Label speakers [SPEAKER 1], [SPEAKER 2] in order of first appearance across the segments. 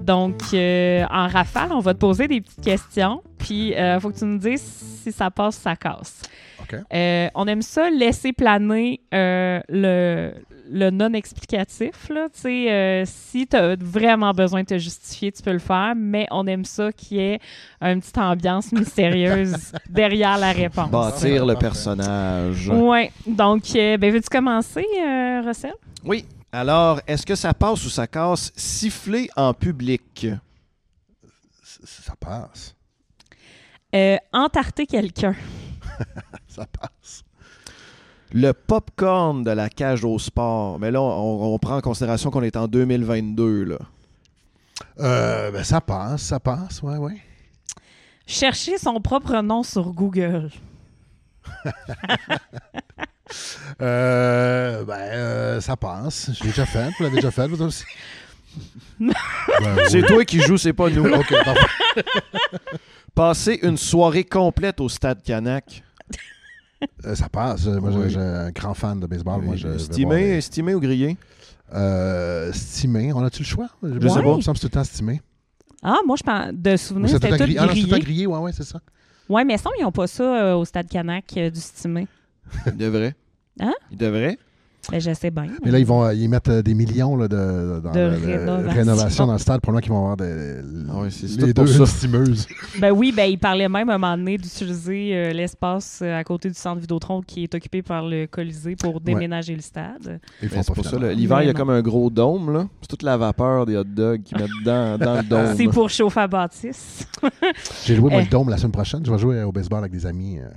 [SPEAKER 1] Donc, euh, en rafale, on va te poser des petites questions. Puis, il faut que tu nous dises si ça passe, ça casse.
[SPEAKER 2] OK.
[SPEAKER 1] Euh, on aime ça laisser planer euh, le, le non-explicatif. là. Tu sais, euh, si tu as vraiment besoin de te justifier, tu peux le faire, mais on aime ça qu'il y ait une petite ambiance mystérieuse derrière la réponse.
[SPEAKER 3] Bâtir le
[SPEAKER 2] Parfait.
[SPEAKER 3] personnage.
[SPEAKER 1] Oui. Donc, euh, ben, veux-tu commencer, euh, Russell?
[SPEAKER 3] Oui. Alors, est-ce que ça passe ou ça casse siffler en public?
[SPEAKER 2] C- Ça passe.
[SPEAKER 1] Euh, entarter quelqu'un.
[SPEAKER 2] Ça passe.
[SPEAKER 3] Le popcorn de la cage au sport. Mais là, on, on prend en considération qu'on est en 2022. Là.
[SPEAKER 2] Euh, ben, ça passe, ça passe, ouais, ouais.
[SPEAKER 1] Chercher son propre nom sur Google.
[SPEAKER 2] Euh, ben, euh, ça passe. Je l'ai déjà fait. Vous l'avez déjà fait, vous aussi? Ben, oui.
[SPEAKER 3] C'est toi qui joues, c'est pas nous.
[SPEAKER 2] OK, parfait.
[SPEAKER 3] Passer une soirée complète au stade Canac.
[SPEAKER 2] Euh, ça passe. Moi, j'ai-
[SPEAKER 3] Oui.
[SPEAKER 2] j'ai un grand fan de baseball. Ah, Moi, je vais voir
[SPEAKER 3] estimé,
[SPEAKER 2] les-
[SPEAKER 3] estimé ou grillé?
[SPEAKER 2] Euh, stimé. On a-tu le choix? Je
[SPEAKER 3] sais
[SPEAKER 1] pas.
[SPEAKER 2] Il me semble que c'est tout le temps stimé.
[SPEAKER 1] Ah, moi, je pense, de
[SPEAKER 2] Ou
[SPEAKER 1] souvenir,
[SPEAKER 2] c'est
[SPEAKER 1] c'était tout
[SPEAKER 2] agri- Ah non, c'est tout
[SPEAKER 1] grillé.
[SPEAKER 2] grillé, ouais, ouais, c'est ça.
[SPEAKER 1] Oui, mais ça, ils n'ont pas ça euh, au Stade Canac euh, du Stimé.
[SPEAKER 3] Il devrait.
[SPEAKER 1] Hein?
[SPEAKER 3] Il devrait.
[SPEAKER 1] Ben, je sais bien.
[SPEAKER 2] Mais là, ils vont euh, ils mettent euh, des millions là, de, de- dans
[SPEAKER 1] De
[SPEAKER 2] le- le-
[SPEAKER 1] rénovation.
[SPEAKER 2] rénovation dans le stade. Probablement qu'ils vont avoir des,
[SPEAKER 3] Ah ouais, c'est
[SPEAKER 2] les
[SPEAKER 3] tout pour
[SPEAKER 2] deux
[SPEAKER 3] ça.
[SPEAKER 2] stimeuses.
[SPEAKER 1] Ben oui, ben il parlait même à un moment donné d'utiliser euh, l'espace euh, à côté du centre Vidéotron qui est occupé par le Colisée pour déménager le stade.
[SPEAKER 2] Ils
[SPEAKER 3] Mais
[SPEAKER 2] font
[SPEAKER 3] C'est
[SPEAKER 2] pas
[SPEAKER 3] pour ça,
[SPEAKER 2] finalement.
[SPEAKER 3] là, l'hiver, il y
[SPEAKER 1] Mais
[SPEAKER 3] a
[SPEAKER 1] non.
[SPEAKER 3] comme un gros dôme. là. C'est toute la vapeur des hot dogs qu'ils mettent dans, dans le dôme.
[SPEAKER 1] C'est pour chauffer à bâtisse.
[SPEAKER 2] J'ai joué moi,
[SPEAKER 1] Eh.
[SPEAKER 2] le dôme la semaine prochaine. Je vais jouer au baseball avec des amis. euh,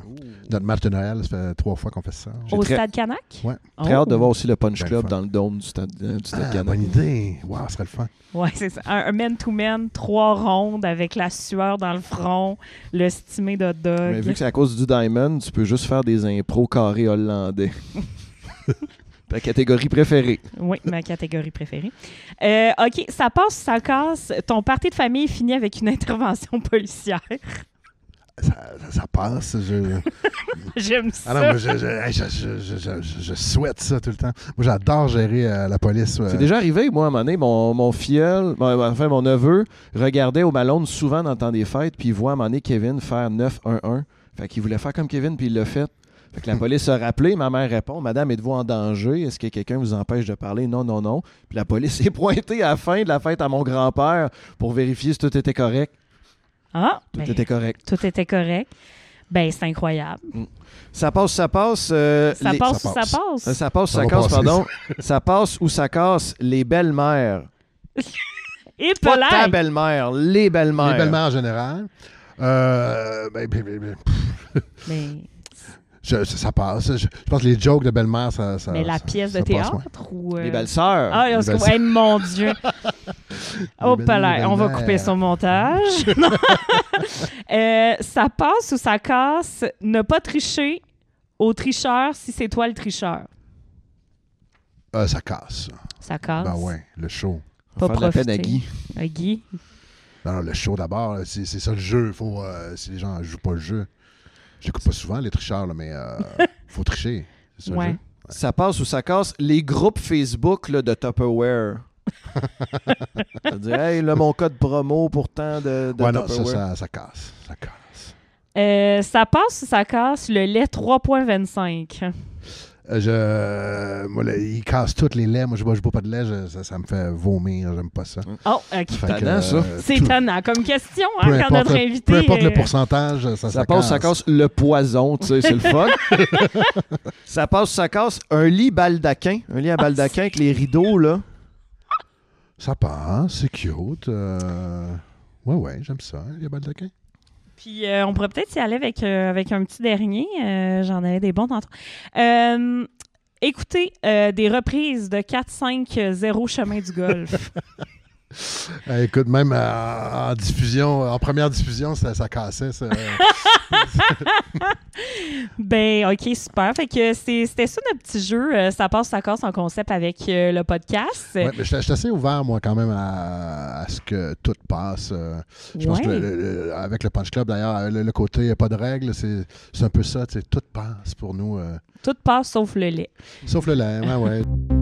[SPEAKER 2] Notre match de Noël, ça fait trois fois qu'on fait ça.
[SPEAKER 3] J'ai
[SPEAKER 1] Au
[SPEAKER 3] très-
[SPEAKER 1] Stade Canac? Oh.
[SPEAKER 2] Ouais.
[SPEAKER 3] Très hâte de voir aussi le Punch
[SPEAKER 2] Ben,
[SPEAKER 3] Club
[SPEAKER 2] fun.
[SPEAKER 3] dans le dôme du stade, euh, du stade
[SPEAKER 2] Ah,
[SPEAKER 3] Canac.
[SPEAKER 2] bonne idée. Wow, ce serait le fun.
[SPEAKER 1] Oui, c'est ça. Un un man-to-man, trois rondes avec la sueur dans le front, le stimé de
[SPEAKER 3] Mais vu
[SPEAKER 1] dog.
[SPEAKER 3] que c'est à cause du Diamond, tu peux juste faire des impros carrés hollandais. Ta catégorie préférée.
[SPEAKER 1] Oui, ma catégorie préférée. Euh, OK, ça passe, ça casse. Ton parti de famille finit avec une intervention policière.
[SPEAKER 2] Ça, ça- ça passe. Je...
[SPEAKER 1] J'aime ça.
[SPEAKER 2] Ah non, moi, je, je- hey, je- je- je- je- je- je souhaite ça tout le temps. Moi, j'adore gérer euh, la police. euh,
[SPEAKER 3] C'est déjà arrivé, moi, à un moment donné, mon, mon filleul, mon- enfin mon neveu, regardait au Malone souvent dans le temps des fêtes, puis il voit à un moment donné Kevin faire 9-1-1. Fait qu'il voulait faire comme Kevin, puis il l'a fait. Fait que la police a rappelé, ma mère répond Madame, êtes-vous en danger Est-ce que quelqu'un vous empêche de parler Non, non, non. Puis la police est pointée à la fin de la fête à mon grand-père pour vérifier si tout était correct.
[SPEAKER 1] Ah,
[SPEAKER 3] Tout
[SPEAKER 1] ben,
[SPEAKER 3] était correct.
[SPEAKER 1] tout était correct. Ben, c'est incroyable.
[SPEAKER 3] Ça passe, ça passe. euh,
[SPEAKER 1] Ça
[SPEAKER 3] les-
[SPEAKER 1] passe
[SPEAKER 2] ça
[SPEAKER 1] ou ça passe?
[SPEAKER 3] Euh, Ça passe,
[SPEAKER 2] Ça
[SPEAKER 3] ça,
[SPEAKER 2] va
[SPEAKER 3] casse,
[SPEAKER 2] passer,
[SPEAKER 3] pardon. ça passe ou ça casse les belles-mères.
[SPEAKER 1] Et
[SPEAKER 3] Pas ta
[SPEAKER 1] Pelay!
[SPEAKER 3] belle-mère, les belles-mères.
[SPEAKER 2] Les belles-mères en général. Euh, ben, ben, ben, ben, pff,
[SPEAKER 1] Mais,
[SPEAKER 2] je- ça, ça passe. Je, je pense que les jokes de belle-mère, ça, ça.
[SPEAKER 1] mais la
[SPEAKER 2] Ah, ça-
[SPEAKER 1] pièce
[SPEAKER 2] ça
[SPEAKER 1] de
[SPEAKER 2] passe
[SPEAKER 1] théâtre
[SPEAKER 2] moins.
[SPEAKER 1] ou. euh,
[SPEAKER 3] Les belles-sœurs.
[SPEAKER 1] Ah, parce
[SPEAKER 2] Les
[SPEAKER 1] que-
[SPEAKER 2] belles-
[SPEAKER 1] hey, mon Dieu. Oh,
[SPEAKER 2] belles-
[SPEAKER 1] Pelay, on va
[SPEAKER 2] belles-mères.
[SPEAKER 1] couper son montage. Euh, ça passe ou ça casse? Ne pas tricher au tricheur si c'est toi le tricheur.
[SPEAKER 2] Euh, ça casse.
[SPEAKER 1] Ça casse.
[SPEAKER 2] Ben ouais, le show.
[SPEAKER 3] On
[SPEAKER 1] Pas
[SPEAKER 3] va faire de la peine à
[SPEAKER 1] profiter.
[SPEAKER 3] Guy.
[SPEAKER 1] Euh, Guy,
[SPEAKER 2] Non, non, le show d'abord, là, c'est c'est ça le jeu. Faut, euh, si les gens ne jouent pas le jeu, je l'écoute pas souvent, les tricheurs, là, mais euh, faut tricher. C'est ça le
[SPEAKER 1] Ouais.
[SPEAKER 2] jeu.
[SPEAKER 3] Ça passe ou ça casse les groupes Facebook là, de Tupperware. ça dit, hey, là, mon code promo pourtant de, de
[SPEAKER 2] Ouais, non, ça,
[SPEAKER 3] Tupperware.
[SPEAKER 2] ça, ça casse. Ça casse.
[SPEAKER 1] euh, ça passe ou ça casse le lait 3.25?
[SPEAKER 2] Euh, Je, moi, là, ils cassent toutes les laits. Moi, je ne bois pas de lait. je- ça, ça me fait vomir. J'aime pas ça.
[SPEAKER 1] Oh, OK.
[SPEAKER 2] Fait euh,
[SPEAKER 3] Tannant, ça.
[SPEAKER 1] C'est
[SPEAKER 2] tout-
[SPEAKER 1] étonnant comme question hein,
[SPEAKER 2] peu
[SPEAKER 1] quand
[SPEAKER 2] importe,
[SPEAKER 1] notre
[SPEAKER 2] le-
[SPEAKER 1] invité.
[SPEAKER 2] peu importe
[SPEAKER 1] euh,
[SPEAKER 2] le pourcentage, ça, ça,
[SPEAKER 3] Ça passe, ça casse le poison, tu sais, c'est le fun. ça passe, ça casse un lit baldaquin. Un lit à baldaquin avec les rideaux, là.
[SPEAKER 2] Ça passe, c'est cute. euh, Ouais, ouais, j'aime ça. Il y a baldaquin.
[SPEAKER 1] Puis euh, on pourrait peut-être y aller avec, euh, avec un petit dernier. Euh, J'en avais des bons tantôt. Euh, écoutez, euh, des reprises de 4-5-0 Chemin du Golfe.
[SPEAKER 2] Euh, écoute, même euh, en diffusion, en première diffusion, ça, ça cassait. ça.
[SPEAKER 1] ben, OK, super. Fait que c'est- c'était ça notre petit jeu. Euh, ça passe, ça casse en concept avec euh, le podcast.
[SPEAKER 2] Ouais, mais je suis je suis assez ouvert, moi, quand même, à, à ce que tout passe. euh, Je pense que
[SPEAKER 1] Ouais.
[SPEAKER 2] le- le- le- avec le Punch Club, d'ailleurs, le, le côté euh, pas de règles, c'est c'est un peu ça. tu sais, Tout passe pour nous. euh,
[SPEAKER 1] Tout passe sauf le lait.
[SPEAKER 2] sauf le lait. ouais, ouais.